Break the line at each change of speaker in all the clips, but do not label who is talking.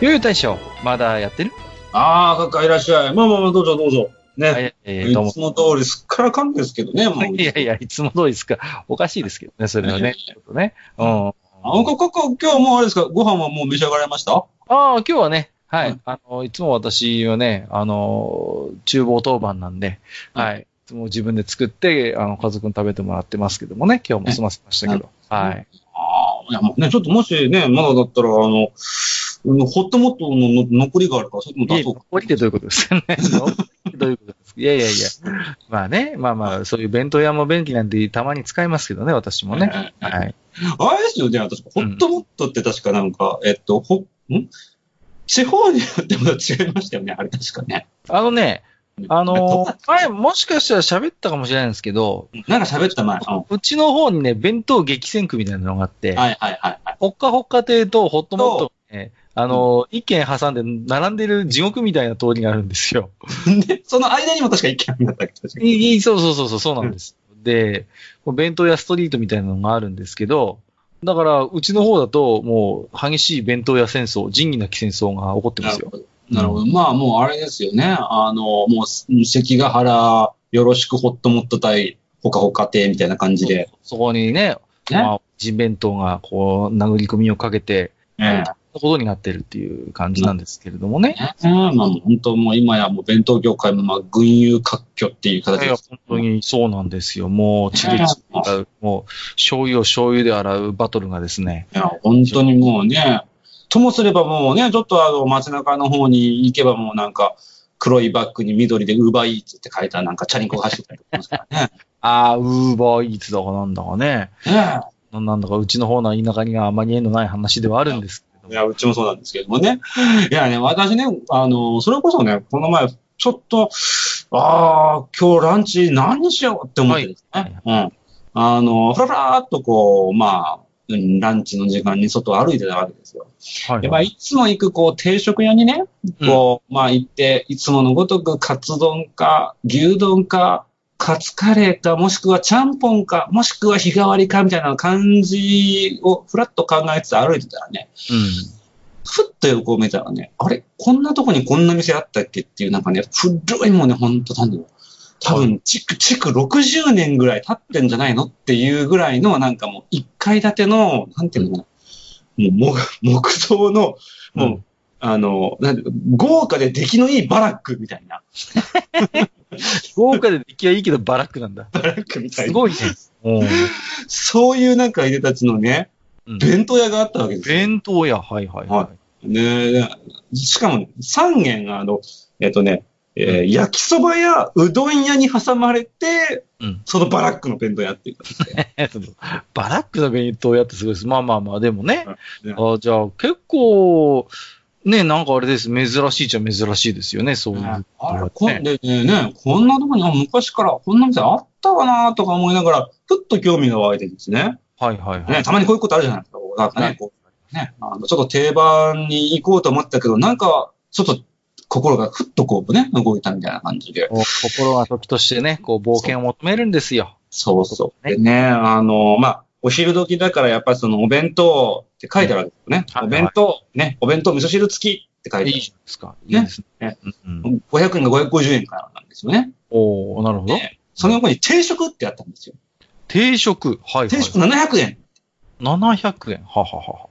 ゆうゆう大将、まだやってる
ああ、かっかいらっしゃい。まあまあまあ、どうぞどうぞ。ね。
あい
い
やいや、どうも
つ。も通りすっからかんですけどね、もう。
いやいや、いつも通りですか。おかしいですけどね、それはね。ちょっとね。うん。
あ、かっかっか、今日はもうあれですか、ご飯はもう召し上がられました
ああ、今日はね、は
う
い。あの、いつも私はね、あの、厨房当番なんで、
うん
はい。いつも自分で作って、あの、家族に食べてもらってますけどもね、今日も済ませましたけど。はい。
ああ、いや、もうね、ちょっともしね、まだだったら、あの、うんホットモットのの残りがあるから、それとも
いや
出そうか。
降りてどういうことですかね。どういうこと ですかいやいやいや。まあね、まあまあ、そういう弁当屋も便利なんで、たまに使いますけどね、私もね。
ね。
はい。
あれですよね、私、ホットモットって確かなんか、えっと、ほ、ん地方によっても違いましたよね、あれ確かね。
あのね、あの
な
ー、前もしかしたら喋ったかもしれないんですけど、
なんか喋った前。うん
うちの方にね、弁当激戦区みたいなのがあって、
はいはいはいはい。
ほっかほっか亭とホットモットがね、あのー、一軒挟んで並んでる地獄みたいな通りがあるんですよ。
で、その間にも確か一件あったっけ確かに。
いいそうそうそうそう、そうなんです。で、もう弁当屋ストリートみたいなのがあるんですけど、だから、うちの方だと、もう、激しい弁当屋戦争、仁義なき戦争が起こってますよ。
ど。なるほど。まあ、もうあれですよね。あの、もう、関ヶ原、よろしくホットモット対、ほかほか亭みたいな感じで。
そこにね、
ね
まあ、人弁当が、こう、殴り込みをかけて、
ええ。
ことになってるっていう感じなんですけれどもね。
ねえまあ、本当もう今やもう弁当業界も、まあ、群雄割拠っていう形
いや、
です。
本当にそうなんですよ。もう、チリチリがもう、醤油を醤油で洗うバトルがですね。
いや、本当にもうね、ともすればもうね、ちょっとあの、街中の方に行けばもうなんか、黒いバッグに緑でウーバーイーツって書いたなんかチャリンコが走ってたりとかしますからね。
あー、ウーバーイーツだかなんだかね。
ね
ななんだか、うちの方の田舎にはあまり縁のない話ではあるんですけ
い
れども。
や、うちもそうなんですけどもね。いやね、私ね、あの、それこそね、この前、ちょっと、ああ、今日ランチ何にしようって思ってですね。うん。あの、ふらふらっとこう、まあ、うんランチの時間に外を歩いてたわけですよ。
はい
やっぱいつも行く、こう、定食屋にね、
うん
こう、まあ行って、いつものごとくカツ丼か、牛丼か、カツカレーか、もしくはちゃんぽんか、もしくは日替わりか、みたいな感じをふらっと考えつつ歩いてたらね、ふっと横を見たらね、あれこんなとこにこんな店あったっけっていう、なんかね、古いもんね、ほんと、なんだろう。多分、築、築60年ぐらい経ってんじゃないのっていうぐらいの、なんかもう、一階建ての、なんていうのかな。もう、も 木造の、
うん。
もう、あの、なんていうの豪華で出来のいいバラックみたいな。
豪華で出来はいいけど、バラックなんだ。
バラックみた
す
いな。
ごいね。
そういうなんか、いでたちのね、
うん
弁当屋があったわけですよ。
弁当屋、はいはいは
はねえ、しかも、ね、3軒、あの、えっとね、えー焼きそばやうどん屋に挟まれて、
うん
そのバラックの弁当屋っていうか、
い。バラックの弁当屋ってすごいです。まあまあまあ、でもね。
うんね
あじゃあ、結構、ね、なんかあれです。珍しいっちゃ珍しいですよね、そういう。
ね
こ
あ
うや
れ
っ
こ
て
んでねね、こんなとこにあ昔からこんな店あったかなとか思いながら、ふっと興味が湧いてるんですね。
はいはいはい。
ね、たまにこういうことあるじゃないですか。なんかね、
はい
こうねあのちょっと定番に行こうと思ったけど、なんか、ちょっと心がふっとこうね、動いたみたいな感じで。
こう心が時としてね、こう、冒険を求めるんですよ。
そうそう。
ね
でね、あの、まあ、お昼時だからやっぱりそのお弁当って書いてあるわけですよね。
はい
お弁当、ね、お弁当味噌汁付きって書い
い
て
いじゃ
ある。
ないですか。い
ね
いですね
ね。
うんうん
500円が550円からなんですよね。
おーなるほど。
で、その横に定食ってあったんですよ。
定食。はいは
定
い。
食700円。
700円。はははは。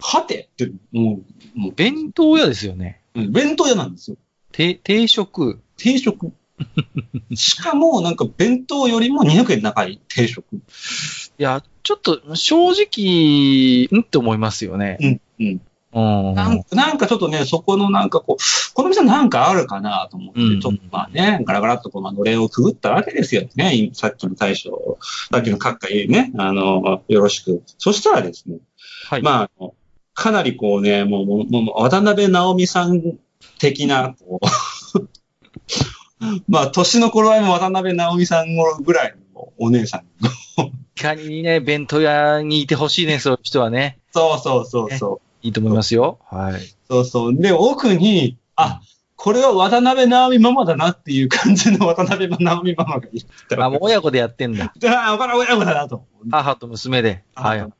はてって、もう、もうべ
弁当屋ですよね。
うん弁当屋なんですよ。
て定食。
定 食。しかも、なんか弁当よりも200円高い定食。
いや、ちょっと正直、んって思いますよね。
うん、うん。
うん。
なんなんかちょっとね、そこのなんかこう、この店なんかあるかなと思って、
うん
ちょっとまあね、ガラガラっとこう、まあ、のれんをくぐったわけですよね。今さっきの大将、さっきの閣下にね、あの、よろしく。そしたらですね、
はい
まああの、かなりこうね、もう、もうもう、もう渡辺直美さん的な、こう、 まあ、年の頃合いも渡辺直美さんぐらいのお姉さ
い
ん。
かにね、弁当屋にいてほしいね、そういう人はね。
そうそうそうそう。
いいと思いますよ。はい。
そうそう。で、奥に、あ、これは渡辺直美ママだなっていう感じの渡辺直美ママがいるって
あ、もう親子でやってんだ。
あ、わからん親子だなと。
母と娘で。はい。はい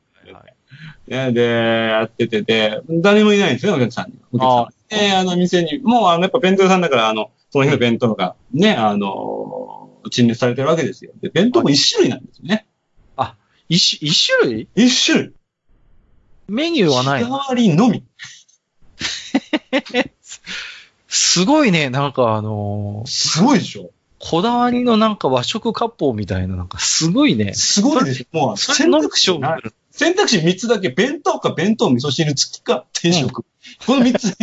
やで、やっててて、誰もいないんですよ、お客さんに。お客さんで、あの、店に、もう、あの、やっぱ弁当屋さんだから、あの、その日の弁当が、ね、あの、陳列されてるわけですよ。で、弁当も一種類なんですよね。
い一種、一種類
一種類。
メニューはない
日替。わりのみ。
すごいね、なんかあのー
すごいでしょ。
こだわりのなんか和食割烹みたいな、なんかすごいね。
すごいでしょ。もう、
それ
選
の
択肢ない。選択肢3つだけ、弁当か弁当味噌汁付きか定食。この3つ、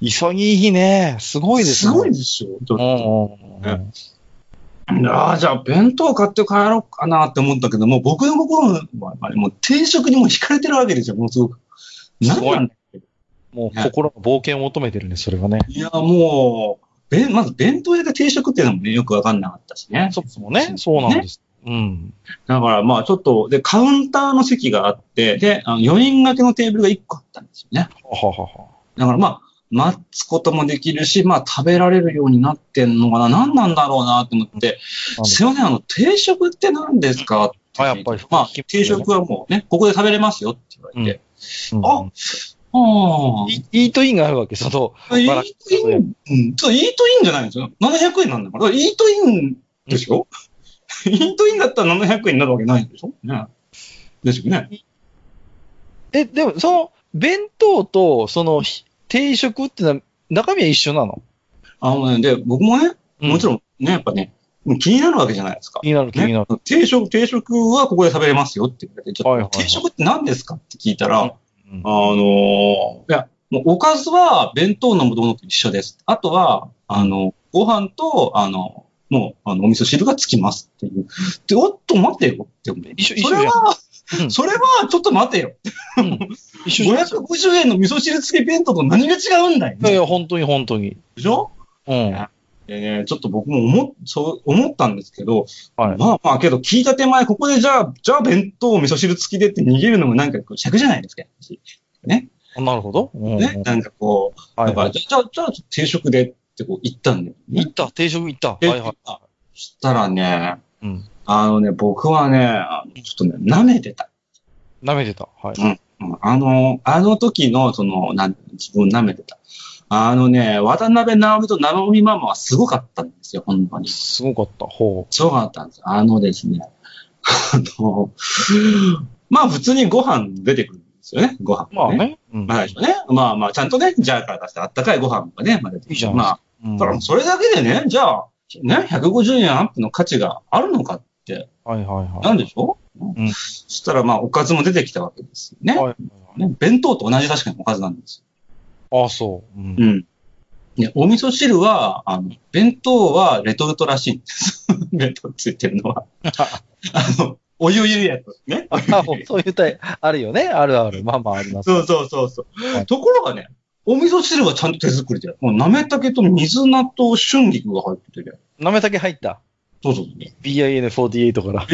急ぎいいね。すごいです
す
ね。
ごいでしょ。ちょっと
うんうんうん
ああ、じゃあ弁当買って帰ろうかなって思ったけども、僕の心は、もう定食にもう惹かれてるわけですよ、ものすごく。
す
何
ごい
なんだ
もう心の冒険を求めてるね、それはね。
いや、もう、べまず弁当屋で定食っていうのもね、よくわかんなかったしね。
そもそもね、そうなんです。うん。
だからまあちょっと、で、カウンターの席があって、で、あの4人掛けのテーブルが1個あったんですよね。
はははは。
だからまあ、待つこともできるし、まあ食べられるようになってんのかな、何なんだろうなって思って、
うん
すいません、あの、定食って何ですかって聞いて
あやっぱり
まあ、定食はもうね、ここで食べれますよって言われて。
うん
あああ、イ
イイートインがあるわけ、その、
ートイン、うん、ちょっとイートインじゃないんですよ。700円なんだから。だからイートインでしょ イートインだったら700円になるわけないんでしょね。ですよね。
え、でも、その、弁当と、その、ひ定食ってのは、中身は一緒なの
あのね、で、僕もね、もち
ん。
ろんね、やっぱね、気になるわけじゃないですか
気。になる、気になる。
ね、定食、定食はここで食べれますよって言われて、ちょっと
はいはいはい
定食って何ですかって聞いたら、
うんうん
あのーいや、もうおかずは弁当のものと一緒です。あとは、あの、ご飯と、あの、もう、あの、お味噌汁がつきますっていう。で、おっと待てよって思う。
一緒
それは、それはちょっと待てよ。
うんうん一緒一緒
550円の味噌汁付き弁当と何が違うんだよ。
いやいや、本当に本当に。
でしょ
うん。
あでね、ちょっと僕も思っ、そう思ったんですけど、
はい。
まあまあけど聞いた手前、ここでじゃあ、じゃあ弁当、味噌汁付きでって逃げるのもなんかこう尺じゃないですか。やっぱし
なるほど。うんうん
ね。なんかこう、
は
だ
い
か
は
ら
い。
じゃあ、じゃあ定食でってこう言ったんだよね
行っ。た、定食行った。は
で
いはい。
あそしたらね、
うん。
あのね、僕はね、あのちょっとね、舐めてた。
舐めてた。はい。
うんあの、あの時の、その、なん自分を舐めてた。あのね、渡辺直美と直美ママはすごかったんですよ、本当に。
すごかった。ほ
そうだったんです。あのですね、あの、まあ普通にご飯出てくるんですよね、ご飯、
う。まあ。ね。うん
まあ、ね。まあまあ、ちゃんとね、ジャーから出してあったかいご飯がね、まあ出てくる
いいじゃないです
まあ、
うん
だからそれだけでね、じゃあ、ね、150円アップの価値があるのかって、
はいはいはい。
なんでしょ
う
う、
ん
そしたらまあ、おかずも出てきたわけですよね。
はいはいはい
ね弁当と同じ確かにおかずなんですよ
ああ、そう。うん
うん。ね、お味噌汁は、あの、弁当はレトルトらしいんです。 弁当ついてる のは。あの、お湯を入れるやつ。ね。
あそういうタイプ、あるよね。あるある。まあまああります。
そうそうそうそう、
はい
ところがね、お味噌汁はちゃんと手作りで。もう、なめたけと水菜と春菊が入っててね。
なめたけ入った。
そうそう。
BIN48 から。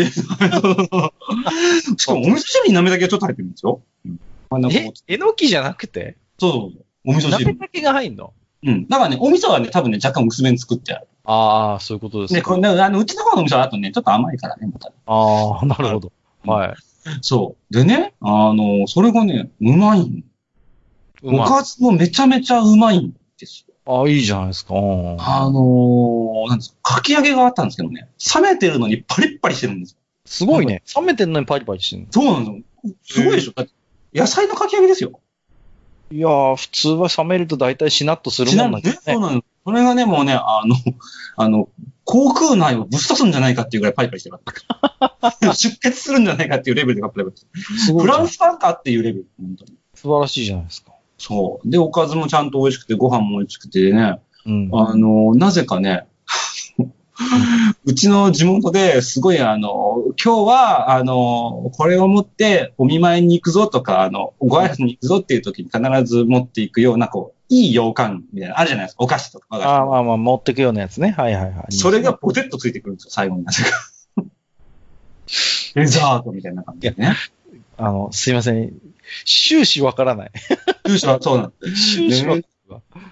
しかも、お味噌汁になめたけがちょっと入ってるんですよ。うんあなんかこう
え、えのきじゃなくて
そうそうそう。お味噌
なめ
汁。
たけが入んの
うん。だからね、お味噌はね、多分ね、若干薄めに作ってある。
ああ、そういうことです
で、こ
か。
れ、ね、あの、うちの方のお味噌はあとね、ちょっと甘いからね、またね
ああ、なるほど。はい。
そう。でね、あの、それがね、うまいん。
う
お
まい。
かずもめちゃめちゃうまいんですよ。
ああ、いいじゃないですか。うん
あのなんですか、かき揚げがあったんですけどね、冷めてるのにパリッパリしてるんですよ。
すごいね。冷めてんのにパリパリしてんの。
そうなんですよ。すごいでしょ。だって野菜のかき揚げですよ。
いやー、普通は冷めると大体しなっとするもんなん
ちなみ
で
にね
す
そ
ね
う。なんです。それが ね、もうね、あの、あの、航空内をぶっ刺すんじゃないかっていうぐらいパリパリしてるわけ。 出血するんじゃないかっていうレベルで買ってます。
すごい
フ
じゃん。
ランスパンかっていうレベル、本当に。
素晴らしいじゃないですか。
そう。で、おかずもちゃんと美味しくて、ご飯も美味しくてね、
うん。
あの、なぜかね、うちの地元ですごいあの、今日は、あの、これを持ってお見舞いに行くぞとか、あの、ご挨拶に行くぞっていう時に必ず持っていくような、こう、いい洋館みたいな、あるじゃないですか。お菓子とか和菓子と
あ
か
あ、まあまあ、持ってくようなやつね。はいはいはい。
それがポテッとついてくるんですよ、最後になぜか。 デザートみたいな感じでね。
あの、すいません。終始わからない。
住所はそうなんで
終始わからないわ。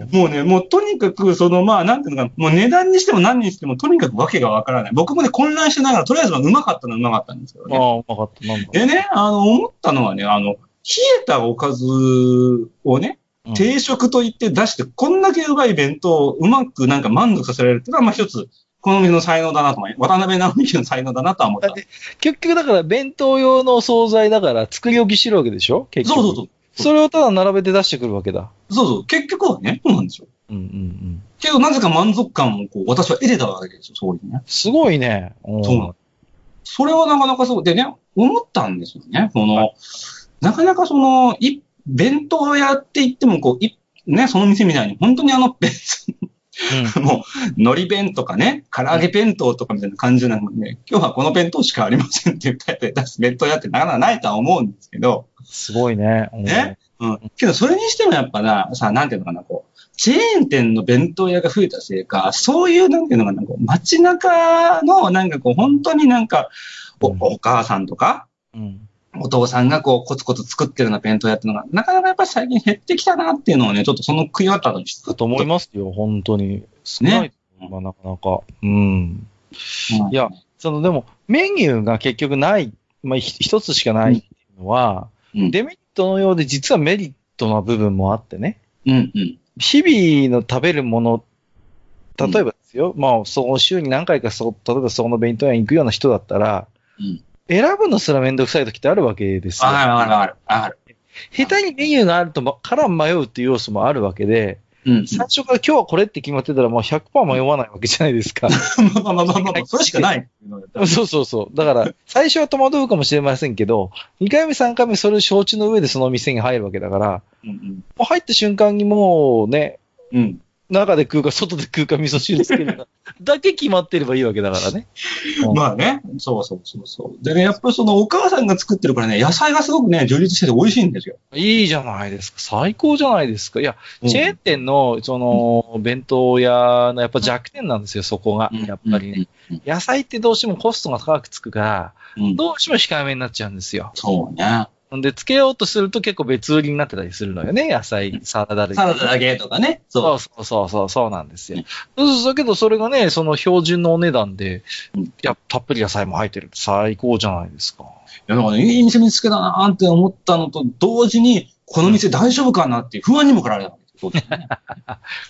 うん。
す。もうね、もうとにかく、その、まあ、なんていうのかな、もう値段にしても何にしても、とにかくわけがわからない。僕もね、混乱しながら、とりあえずまあうまかったのはうまかったんですけど
あ
ね。
あ、うまかった。なんだ。
でね、あの、思ったのはね、あの、冷えたおかずをね、
うん
定食と言って出して、こんだけうまい弁当をうまくなんか満足させられるっていうのは、まあ一つ、この店の才能だなと思い、渡辺直美の才能だなとは思った。
結局だから、弁当用のお惣菜だから、作り置きしてるわけでしょ結
そ
局。
うそうそう。
それをただ並べて出してくるわけだ。
そうそう、結局はね、そうなんですよ。
うんうんうん。
けど、なぜか満足感をこう、私は得れたわけですよ、そういうね。
すごいね。うん
そうなんそれはなかなかそう。でね、思ったんですよね。その、なかなかその、い、弁当をやっていっても、こう、い、ね、その店みたいに、本当にあの、弁当、 もう、海苔弁とかね、唐揚げ弁当とかみたいな感じなので、ね、今日はこの弁当しかありませんっていうタイプで出す弁当屋ってなかなかないとは思うんですけど、
すごいね。うん
ね。うん。けど、それにしてもやっぱな、さ、なんていうのかな、こう、チェーン店の弁当屋が増えたせいか、そういう、なんていうのかな、こう、街中の、なんかこう、本当になんか、お、
うん
お母さんとか、
うん。
お父さんがこう、コツコツ作ってるような弁当屋っていうのが、なかなかやっぱ最近減ってきたなっていうのをね、ちょっとその食い終わった後に
だと思いますよ、本当に。少ない。まあ、なかなか。うん。
うん
いや、その、でも、メニューが結局ない、まあ、ひ一つしかないっていうのは、
うん
デメリットのようで、実はメリットな部分もあってね。
うんうん。
日々の食べるもの、例えばですよ、まあ、その週に何回かそ、例えばそこの弁当屋に行くような人だったら、
うん
選ぶのすらめんどくさい時ってあるわけですよ。
わかるわかるわかる。わかる。
下手にメニューがあるとまから迷うっていう要素もあるわけで、
うん。
最初から今日はこれって決まってたらもう100%迷わないわけじゃないです か。
まあまあまあまあまあ、それしかない。
そうそうそう。だから、最初は戸惑うかもしれませんけど、2回目3回目それを承知の上でその店に入るわけだから、
うんうん。
もう入った瞬間にもうね、
うん。
中で食うか外で食うか味噌汁つけるか だけ決まってればいいわけだからね。
まあね。そうそうそうそう。でね、やっぱりそのお母さんが作ってるからね、野菜がすごくね、充実してて美味しいんですよ。
いいじゃないですか。最高じゃないですか。いや、
うん
チェーン店の、その、弁当屋のやっぱ弱点なんですよ、そこが。やっぱりね。野菜ってどうしてもコストが高くつくから、
うん
どうしても控えめになっちゃうんですよ。
そうね。
んで、つけようとすると結構別売りになってたりするのよね、野菜、サラダ類。
サラダだけとかね。
そ
そう
そうそうそう、そうなんですよ
うん。
そうそう、だけどそれがね、その標準のお値段で、
うん
いや、たっぷり野菜も入ってる。最高じゃないですか。
う。いや、だからね、いい店見つけたなーって思ったのと同時に、この店大丈夫かなっていう不安にも駆られたわけですよ。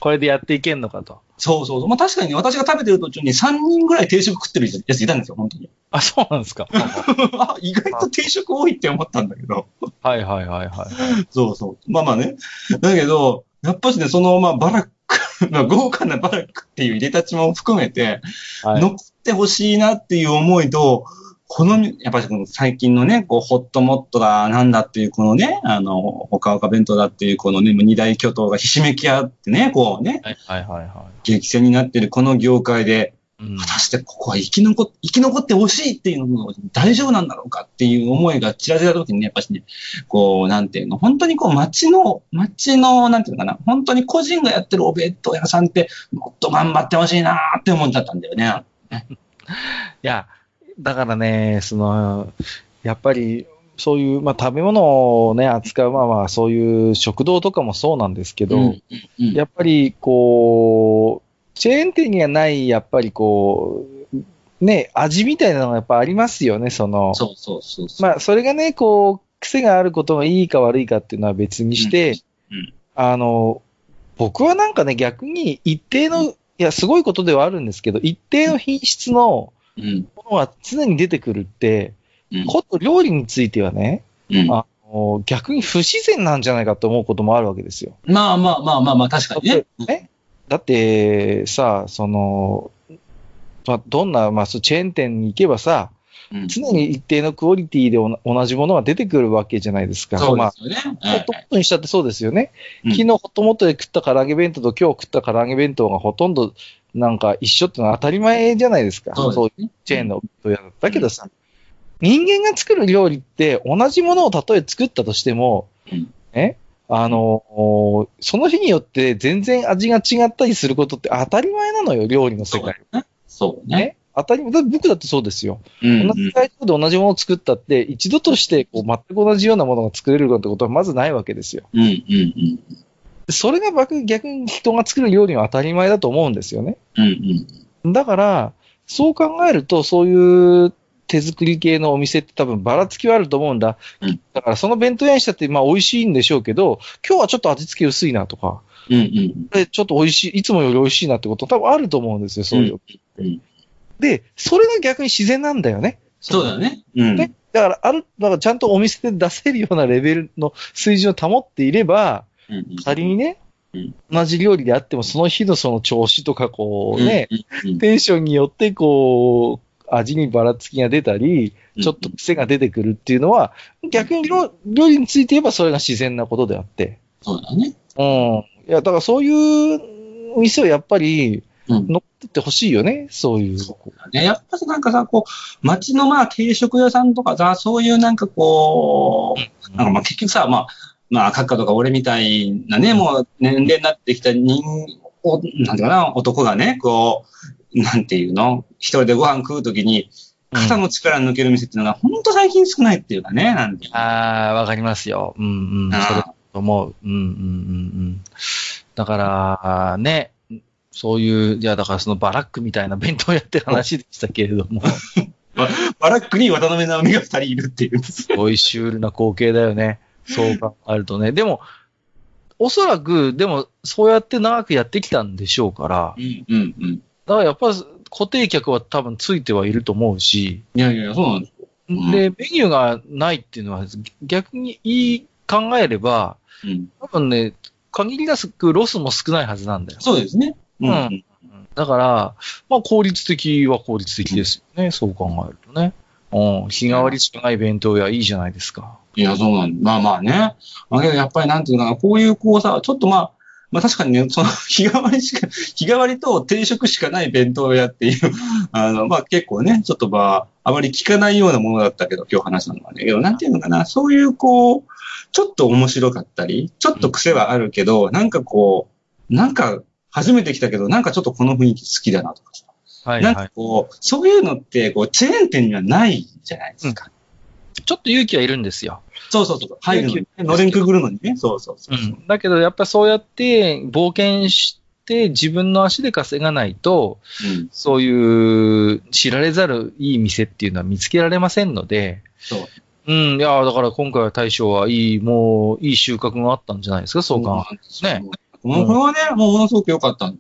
これでやっていけんのかと。
そうそうそう。まあ確かにね、私が食べてる途中に3人ぐらい定食食ってるやついたんですよ、本当 に。
あ、そうなんですか。
あ、意外と定食多いって思ったんだけど。
はいはいはいはい。
そうそう。まあまあね。だけど、やっぱしね、その、まあバラック、 まあ豪華なバラックっていう入れたちも含めて、
はい、
残ってほしいなっていう思いと、この、やっぱりこの最近のね、こう、ホットモットだ、なんだっていう、このね、あの、ほかほか弁当だっていう、このね、二大巨頭がひしめき合ってね、こうね、
はいはいはいは
激戦になってるこの業界
い。
で、
うん
果たしてここは生き残っ、生き残ってほしいっていうのも大丈夫なんだろうかっていう思いがちらちらときにね、やっぱしね、こう、なんていうの、本当にこう街の、街の、なんていうのかな、本当に個人がやってるお弁当屋さんって、もっと頑張ってほしいなーって思っちゃったんだよね。
いや、だからね、その、やっぱり、そういう、まあ、食べ物をね、扱う、まあまあ、そういう食堂とかもそうなんですけど、
うんうん
やっぱり、こう、チェーン店にはない、やっぱりこう、ね、味みたいなのがやっぱありますよね、その。
そうそうそうそう。
まあ、それがね、こう、癖があることがいいか悪いかっていうのは別にして、
うんうん
あの、僕はなんかね、逆に一定の、いや、すごいことではあるんですけど、一定の品質の
うん。
ものは常に出てくるって、
うん
こと料理についてはね、
うん
あの逆に不自然なんじゃないかと思うこともあるわけですよ。
まあまあまあまあまあ、確かにね。
ねだって、さ、その、まあ、どんな、まあ、そうチェーン店に行けばさ、
うん
常に一定のクオリティでおな同じものが出てくるわけじゃないですか。
そう
ま
で
あ、
すよね。
ホットモットにしたってそうですよね。
うん
昨日ホットモットで食った唐揚げ弁当と今日食った唐揚げ弁当がほとんどなんか一緒ってのは当たり前じゃないですか。
そうです
そういうチェーンの分野だったけどさ、人間が作る料理って同じものを例え作ったとしても
うん、
ね、あの、その日によって全然味が違ったりすることって当たり前なのよ、料理の世
そう
界。
ね。そうね。
ね。当たり前、だって僕だってそうですよ。
うん
同じ材料で同じものを作ったって、一度としてこう全く同じようなものが作れるなんてことはまずないわけですよ。
うんうん
それが僕逆に人が作る料理は当たり前だと思うんですよね。
うん。うん
だから、そう考えると、そういう手作り系のお店って多分ばらつきはあると思うんだ。
うん
だからその弁当屋にしたってまあ美味しいんでしょうけど、今日はちょっと味付け薄いなとか、
うん。うんうん
でちょっと美味しい、いつもより美味しいなってこと多分あると思うんですよ、そういう。
うん。
で、それが逆に自然なんだよね。
そうだよね。うん。
ね、だから、ある、だからちゃんとお店で出せるようなレベルの水準を保っていれば、
うんうん
仮にね
うん、
同じ料理であっても、その日のその調子とか、こうね、
うんうん
テンションによって、こう、味にばらつきが出たり、
うん
ちょっと癖が出てくるっていうのは、逆に料料理について言えばそれが自然なことであって。
そうだね。
うん。いや、だからそういうお店をやっぱり
うん
乗ってってほしいよね、そういう。
ね、やっぱりなんかさ、こう、街のまあ定食屋さんとかさ、そういうなんかこう、なんかまあ結局さ、まあ、まあ、閣下とか俺みたいなね、もう年齢になってきた人、おなんていうかな、男がね、こう、なんていうの、一人でご飯食うときに、肩の力抜ける店っていうのが、ほんと最近少ないっていうかね、なんていうの
ああ、わかりますよ。うんうん。それ
あ
と思う。うんうんうんうん。だから、ね、そういう、いや、だからそのバラックみたいな弁当屋って話でしたけれども、
あバラックに渡辺直美が二人いるっていう。
すごいシュールな光景だよね。そう考えるとね。でも、おそらく、でも、そうやって長くやってきたんでしょうから、
うんうんうん。
だからやっぱ固定客は多分ついてはいると思うし、
いやいやいや、そうなんです。うん
で、メニューがないっていうのは、逆にいい考えれば、
うん。
多分ね、限りなくロスも少ないはずなんだよ。
そうですね。うん。
うんだから、まあ効率的は効率的ですよね、そう考えるとね。うん、日替わりしかない弁当屋いいじゃないですか。
いや、そうなんまあまあね。まあけどやっぱりなんていうのかな、こういうこうさ、ちょっとまあ、まあ確かにね、 その日替わりしか、 日替わりと定食しかない弁当屋っていう、 あの、まあ結構ね、ちょっとまあ、あまり聞かないようなものだったけど、今日話したのはね。けど、なんていうのかな、そういうこう、ちょっと面白かったり、ちょっと癖はあるけど、なんかこう、なんか初めて来たけど、なんかちょっとこの雰囲気好きだなとかさ。
はい
なん
は
か
い。
こう、そういうのって、こう、チェーン店にはないじゃないですか。
ちょっと勇気はいるんですよ。
そうそうそう。入るのにね。のれんくぐるのにね。そうそうそうう。
ん。だけどやっぱりそうやって冒険して自分の足で稼がないと、
うん。
そういう知られざるいい店っていうのは見つけられませんので、
そう。
うん、いや、だから今回は大将はいい、もういい収穫があったんじゃないですか、そう考えると
なんですよ
ね
もうこれはね、もうものすごく良かった。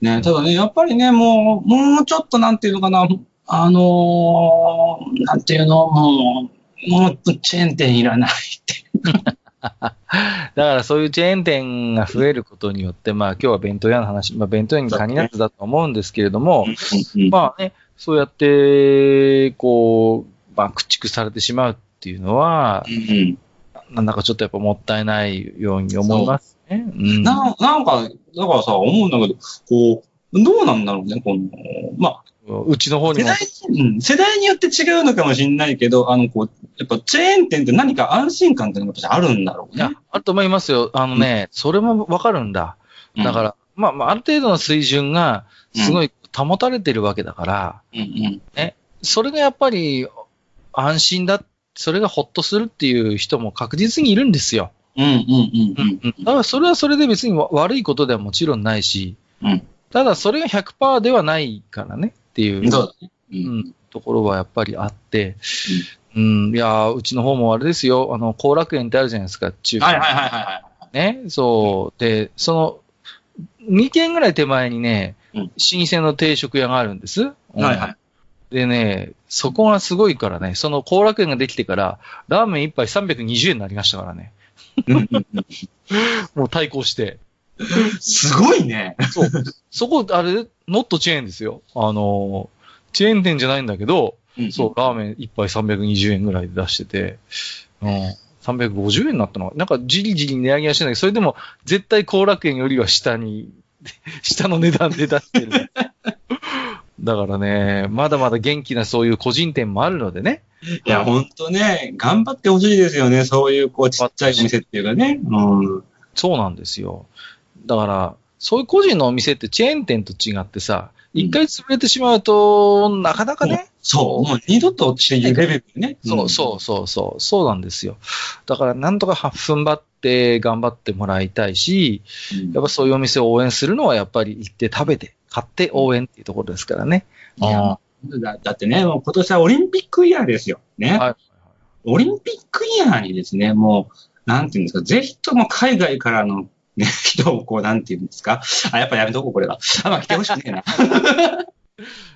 ね、ただね、やっぱりね、もう、もうちょっとなんていうのかな、あのー、なんていうの、もう、もうチェーン店いらないって。
だからそういうチェーン店が増えることによって、まあ今日は弁当屋の話、まあ弁当屋に限らずだと思うんですけれども、
まあ
まあね、そうやって、こう、まあ駆逐されてしまうっていうのは、
うん
なんだかちょっとやっぱもったいないように思いますね。うん。
ななんか、だからさ、思うんだけど、こう、どうなんだろうね、この、まあ、
うちの方に
世
も
代、うん世代によって違うのかもしれないけど、あの、こう、やっぱチェーン店って何か安心感っていうのが私あるんだろう
い
ね、
や。、あると思いますよ。あのね、それもわかるんだ。だからら、まあまあある程度の水準がすご
い。
い保たれてるわけだから、
うんうん
それがやっぱり安心だ、それがほっとするっていう人も確実にいるんですよ。
うんうんうんうん。
だからそれはそれで別にわ悪いことではもちろんないし、
うん
ただそれが100%ではないからねっていう
そうだね。う
うんん、ところはやっぱりあって、うん、いやーうちの方もあれですよ、あの、後楽園ってあるじゃないですか、中華、
はいはいはいはいはい。
ね。そう。で、その、2軒ぐらい手前にね、
うん
老舗の定食屋があるんです。
はいはい。
でね、そこがすごいからね、その後楽園ができてから、ラーメン一杯320円になりましたからね。もう対抗して。
すごいね。
そう。そこ、あれ、ノットチェーンですよ。あのー、チェーン店じゃないんだけど、
うん
そう、ラーメン一杯320円ぐらいで出してて、うん。350円になったのなんかじりじり値上げはしてないけどそれでも絶対後楽園よりは下に、 下の値段で出してる。だからね、まだまだ元気なそういう個人店もあるのでね。
いや、ほんとね、頑張ってほしいですよね。そういう、こう、ちっちゃいお店っていうかね。うん。
そうなんですよ。だから、そういう個人のお店ってチェーン店と違ってさ、一回潰れてしまうと、なかなかね、
そう、もう二度とっていうレベルでね。
そうそうそうそう、そうなんですよ。だから、なんとかは踏ん張って頑張ってもらいたいし、
うん。
やっぱそういうお店を応援するのは、やっぱり行って食べて、買って応援っていうところですからね。
いや
あ
だだってね、もう今年はオリンピックイヤーですよ。ね。
はい
オリンピックイヤーにですね、もう、なんていうんですか、ぜひとも海外からの、ね、人をこう、なんていうんですか。あ、やっぱやめとこう、これは。あ、まあ来てほしくねえな。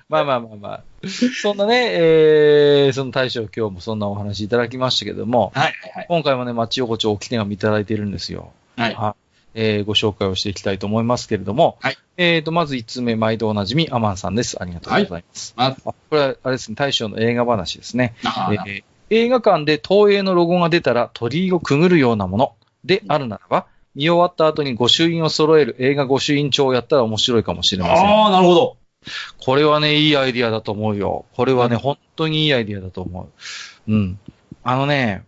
まあまあまあまあ。そんなね、えー、その大将今日もそんなお話いただきましたけども、
はいはいはい。
今回もね、町横丁おき手紙いただいてるんですよ。
はい
えーご紹介をしていきたいと思いますけれども、
はい
えーと、まず1通目、毎度おなじみ、アマンさんです。ありがとうございます。
は
あ
い
これは、あれですね、大将の映画話ですね。
あー
えー映画館で東映のロゴが出たら鳥居をくぐるようなものであるならば、見終わった後に御朱印を揃える映画御朱印帳をやったら面白いかもしれません。
あー、なるほど。
これはね、いいアイディアだと思うよ。これはね、本当にいいアイディアだと思う。うん。あのね、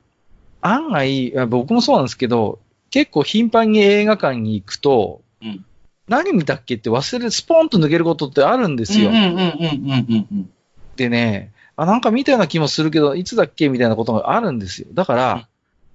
案外、あ僕もそうなんですけど、結構頻繁に映画館に行くと、
うん
何見たっけって忘れ、スポンと抜けることってあるんですよ。
うんうんうんうんうんうん。
でね、あ、なんか見たような気もするけど、いつだっけみたいなことがあるんですよ。だから、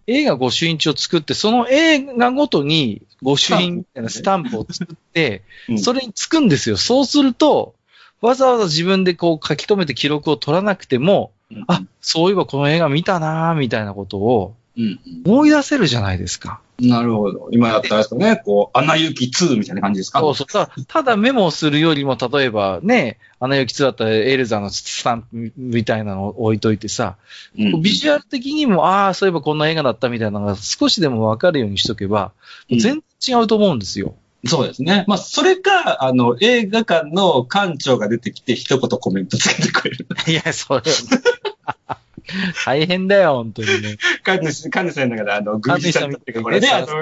映画御朱印帳を作って、その映画ごとに御朱印みたいなスタンプを作って
う、ん
それにつくんですよ。そうすると、わざわざ自分でこう書き留めて記録を取らなくても、あ、そういえばこの映画見たなーみたいなことを
うん
思い出せるじゃないですか。
うん。なるほど。今やったらですかね、こう、アナ雪2みたいな感じですか
そうそう。ただただメモをするよりも、例えばね、アナ雪2だったらエルザのスタンプみたいなのを置いといてさ、
うん
ビジュアル的にも、ああ、そういえばこんな映画だったみたいなのが少しでもわかるようにしとけば、
うん
全然違うと思うんですよ。
そうですね。まあ、それか、あの、映画館の館長が出てきて、一言コメントつけてくれる。
いや、それ、大変だよ、本当にね。
神主、神主さんの中で、あの、グッズさんとか、これで、あの、 書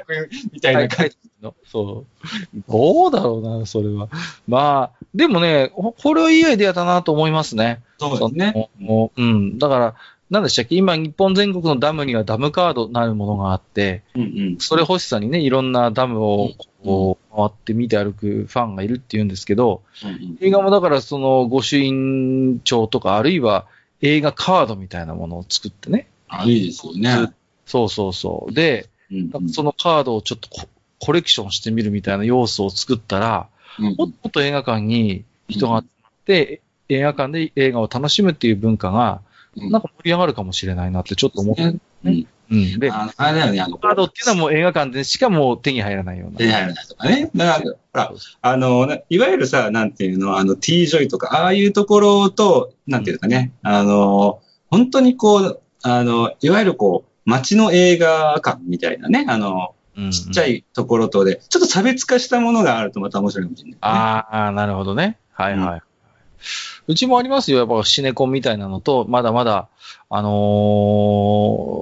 くみたい
は、
ない
書
感
いてるのそう。どうだろうな、それは。まあ、でもね、ほこれはいいアイデアだなと思いますね。
じ。そうですね。
その。もううん。だから、なんでしたっけ今、日本全国のダムにはダムカードなるものがあって、
うんうん。
それ欲しさにね、いろんなダムをこう、回って見て歩くファンがいるっていうんですけど、
うん
映画もだからその御朱印帳とか、あるいは映画カードみたいなものを作ってね。
あ、いいですよね。
そうそうそう。で、
うん
なんかそのカードをちょっとココレクションしてみるみたいな要素を作ったら、
うん
もっともっと映画館に人が集まって、映画館で映画を楽しむっていう文化が、
うん
なんか盛り上がるかもしれないなってちょっと思って。
ねうん
うん。で、カ
あのあれだよね、あの、
ードっていうのはもう映画館でしかもう手に入らないような。
手に入らないとかね。だから、ほら、あの、ないわゆるさ、なんていうの、あの、t ジョイとか、ああいうところと、なんていうかね、あの、本当にこう、あの、いわゆるこう、街の映画館みたいなね、あの、
うん
ちっちゃ。いところとで、ちょっと差別化したものがあるとまた面白いかもしれない、ね。
あーあー、なるほどね。はいはい。うちもありますよ。やっぱシネコンみたいなのと、まだまだ、あの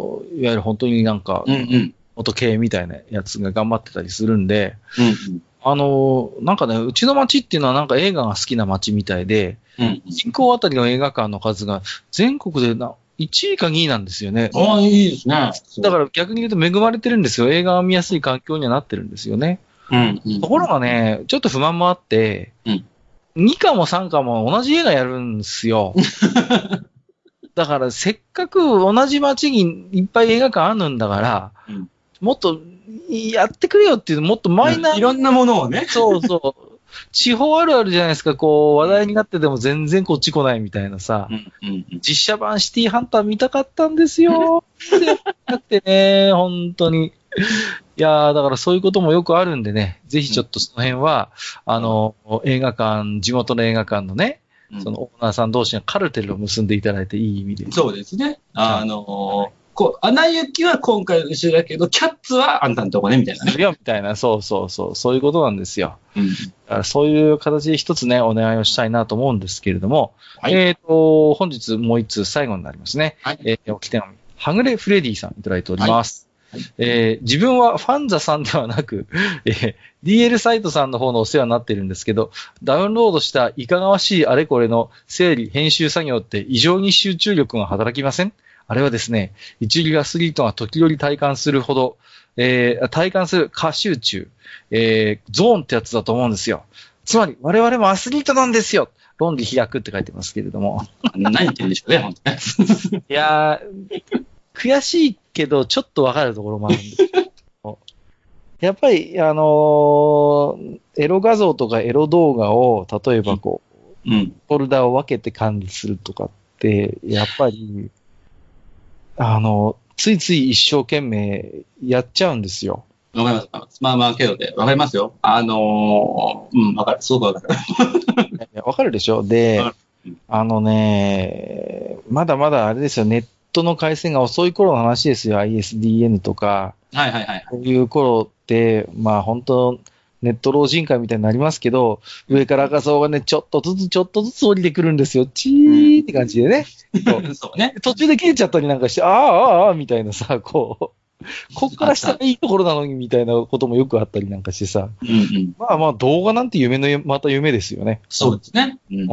ーいわゆる本当になんか
う、んうん。
元系みたいなやつが頑張ってたりするんで、
うん
あのーなんかね、うちの町っていうのはなんか映画が好きな町みたいで、
うん。うん。
人口あたりの映画館の数が全国でな1位か2位なんですよね。
ああ、いいですね。、
だからら逆に言うと恵まれてるんですよ。映画が見やすい環境にはなってるんですよね。
うんうん、
ところがね、ちょっと不満もあって、
うん
2巻も3巻も同じ映画やるんです よ。だから、せっかく同じ街にいっぱい映画館あるんだから、
うん
もっとやってくれよっていう、もっとマイナー、
いろんなものをね。
そうそう。地方あるあるじゃないですか、こう、話題になってても全然こっち来ないみたいなさ。
うんうんうん。
実写版シティハンター見たかったんです よ。でだってね、本当に。いやー、だからそういうこともよくあるんでね、ぜひちょっとその辺は、あの、映画館、地元の映画館のね、
うん
そのオーナーさん同士がカルテルを結んでいただいていい意味で。
そうですね。あの、こう、穴行きは今回後ろだけど、キャッツはあんたんとこね、みたいなね。
いや、みたいな、そうそうそう、そういうことなんですよ。
うん。
だからそういう形で一つね、お願いをしたいなと思うんですけれども、
はい
えっ、と、本日もう一通最後になりますね。
はい
えー、おき手紙。はぐれフレディさんいただいております。
はいはい
えー自分はファンザさんではなく、えー DL サイトさんの方のお世話になっているんですけど、ダウンロードしたいかがわしいあれこれの整理、編集作業って異常に集中力が働きませんあれはですね、一流アスリートが時折体感するほど、えー体感する過集中、えーゾーンってやつだと思うんですよ。つまり、我々もアスリートなんですよ論理開くって書いてますけれども。
何言ってるんでしょうね、本当ね。
いやー悔しいけど、ちょっとわかるところもあるんですけどやっぱり、あのーエロ画像とかエロ動画を、例えばこう、
うん。
フォルダを分けて管理するとかって、やっぱり、あの、ついつい一生懸命やっちゃうんですよ。
わかりますわかります。まあまあ、けどで、わかりますよ。あのー、うん、わかる。すごくわかる。
いやわかるでしょで
わかる、
あのね、まだまだあれですよ、ネットの回線が遅い頃の話ですよ、ISDN とか。
はいはいはい。
こういう頃って、まあ本当、ネット老人会みたいになりますけど、上から画像がね、ちょっとずつちょっとずつ降りてくるんですよ。チーって感じでね。こう
そうね。
途中で切れちゃったりなんかして、ああ、ああ、ああ、みたいなさ、こう、こっから下がいいところなのにみたいなこともよくあったりなんかしてさ、
うんうん。
まあまあ動画なんて夢のよ、また夢ですよね。
そうですね。うん。
うん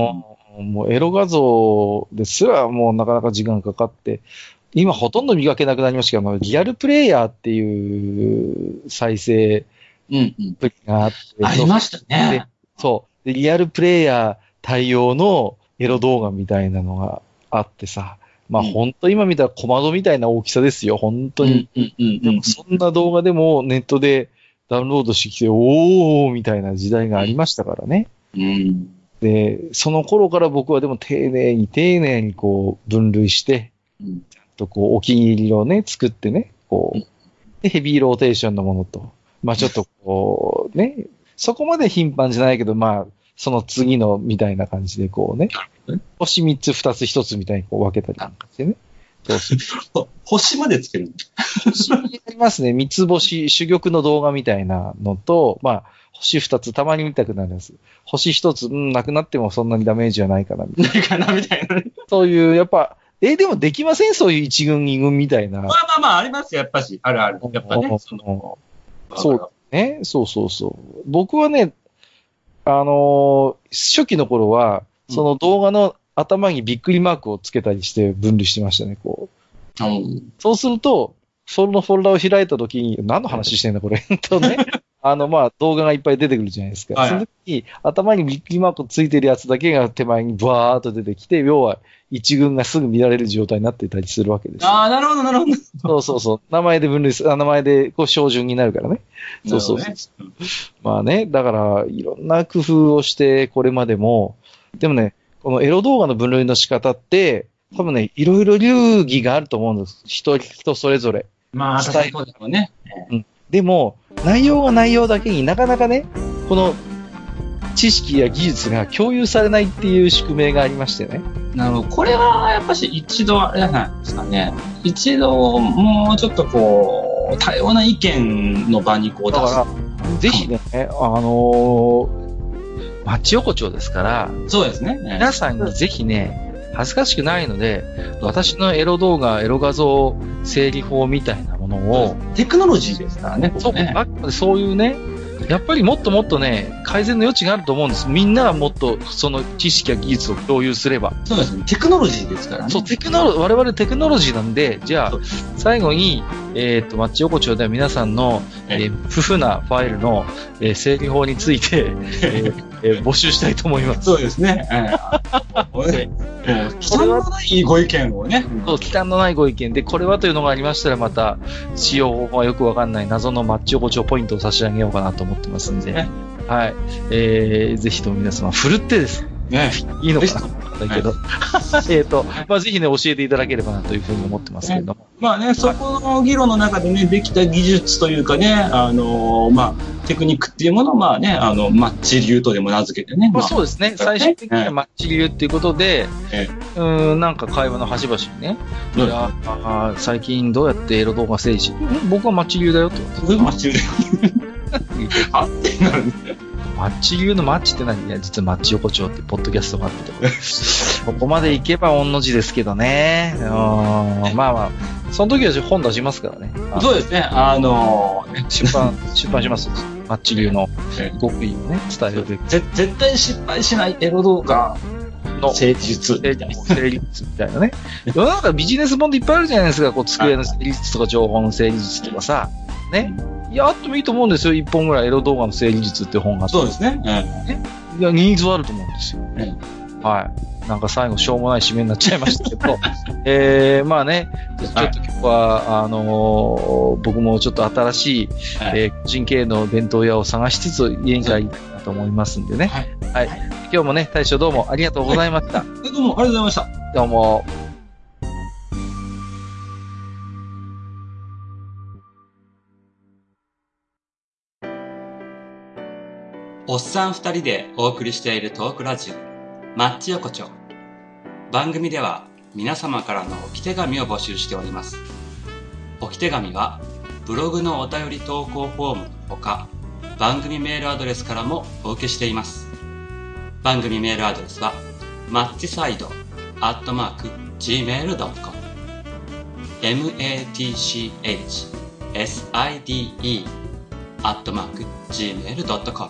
もうエロ画像ですらもうなかなか時間かかって、今ほとんど磨けなくなりましたけど、まあリアルプレイヤーっていう再生
うんうん。
アプリがあって、
ありましたね。
そう。で、リアルプレイヤー対応のエロ動画みたいなのがあってさ、まあ
うん
ほんと今見たら小窓みたいな大きさですよ、本当に。
うんうん
でもそんな動画でもネットでダウンロードしてきて、おーみたいな時代がありましたからね。
うん。うん。
で、その頃から僕はでも丁寧に丁寧にこう分類して、
うん
ちゃんとこうお気に入りをね、作ってね、こう
うん、
で、ヘビーローテーションのものと、まあちょっとこう、ね、そこまで頻繁じゃないけど、まあ、その次のみたいな感じでこうね
どね、
星3つ、2つ、1つみたいにこう分けたりなんかしてね。そうそう。
そう星までつけるの
星になりますね。三つ星、珠玉の動画みたいなのと、まあ、星二つ、たまに見たくなるやつ。星一つ、うん、なくなってもそんなにダメージはないかな、みたいな
ないかなみたいなね。
そういう、やっぱ、え、でもできませんそういう一軍、二軍みたいな
ま。あまあまあ、ありますよ、やっぱし。あるある。やっぱね。その
そう。ね。そうそうそう。僕はね、あのー初期の頃は、
うん
その動画の頭にびっくりマークをつけたりして分類してましたね、こう。
うん
そうすると、そのフォルダを開いた時に、何の話してんだ、 これ。とね。あの、まあ、動画がいっぱい出てくるじゃないですか。
はい
その時に、頭にびっくりマークついてるやつだけが手前にバーっと出てきて、要は、一軍がすぐ見られる状態になってたりするわけですよ。
ああ、なるほど、なるほど。
そうそうそう。名前で分類する。あ名前で、こう、標準になるからね。そうそう
なるほどね
まあね、だから、いろんな工夫をして、これまでも、でもね、このエロ動画の分類の仕方って、多分ね、いろいろ流儀があると思うんです。人、人それぞれ。
まあ、
ス
確
タ
か
イル
にそうだろうね。
でも、内容が内容だけになかなかね、この、知識や技術が共有されないっていう宿命がありましてね。
なるほど。これは、やっぱし一度、あれじゃないですかね。一度、もうちょっとこう、多様な意見の場にこう出
だ
す。
から、ぜひね、あのー町横丁ですから、
そうですね。ね
皆さんにぜひね、恥ずかしくないので、私のエロ動画、エロ画像整理法みたいなものを、
テクノロジーですからね、こ
そ
こ
う、
ね。
あくまでそういうね、やっぱりもっともっとね、改善の余地があると思うんです。みんながもっとその知識や技術を共有すれば。
そうですね。テクノロジーですからね。
そう、テクノロ、我々テクノロジーなんで、じゃあ
そう、
最後に、えっ、と、マッチ横丁では皆さんの、え
ええ
ー、不婦なファイルの、えー整理法につい て、えーえー募集したいと思います。
そうですね。 ええもう、そんなないご意見をね。
そう、忌憚のないご意見で、これはというのがありましたら、また、使用方法がよくわかんない謎のマッチ横丁ポイントを差し上げようかなと思ってますんで、
ね
はい。えー、ぜひとも皆様、ふるってです。
ね。
いいのかなだけど。 えっと、まあ、ぜひね、教えていただければなというふうに思ってますけれども。
まあね、そこの議論の中でね、できた技術というかね、あのまあ、テクニックっていうものを、まあね、あの、マッチ流とでも名付けてね。
まあ、
まあ
そうですね。
そうで
最
すね
終的にはマッチ流っていうことで、
え
うーん、なんか会話の端々にね、い
うん
やあー最近どうやってエロ動画政治うん僕はマッチ流だよって
それがマッチ 流
言って、
あってなるね。
マッチ流のマッチって何いや、実はマッチ横丁ってポッドキャストがあって とかここまで行けば御の字ですけどね。うーん、まあまあ、その時は本出しますからね。あの
そうですね、あのね
出版、出版します。マッチ流の
ええ
極意をね、伝えるべく
ぜ絶対失敗しないエロ動画
の
の成立
成立成立みたいなね。世の中ビジネス本っていっぱいあるじゃないですか。こう、机の成立とか情報の成立とかさ。ね。いや、あってもいいと思うんですよ。一本ぐらいエロ動画の成立って本があって
そうですね。うん
いや、ニーズはあると思うんですよ。
うん
はい。なんか最後、しょうもない締めになっちゃいましたけど、えー、まあね、ちょっと今日は、あのー僕もちょっと新しい、
はい
えー個人経営の弁当屋を探しつつ、家に帰りたいなと思いますんでね。
はい。
はい。今日もね、大将どうもありがとうございました。
えどうもありがとうございました。
どうも。
おっさん二人でお送りしているトークラジオ、マッチ横丁。番組では皆様からの置き手紙を募集しております。置き手紙は、ブログのお便り投稿フォームのほか、番組メールアドレスからもお受けしています。番組メールアドレスは、マッチサイド、アットマーク、gmail.com。m-a-t-c-h-s-i-d-e、アットマーク、gmail.com。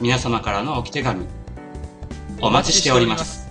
皆様からのお手紙お待ちしております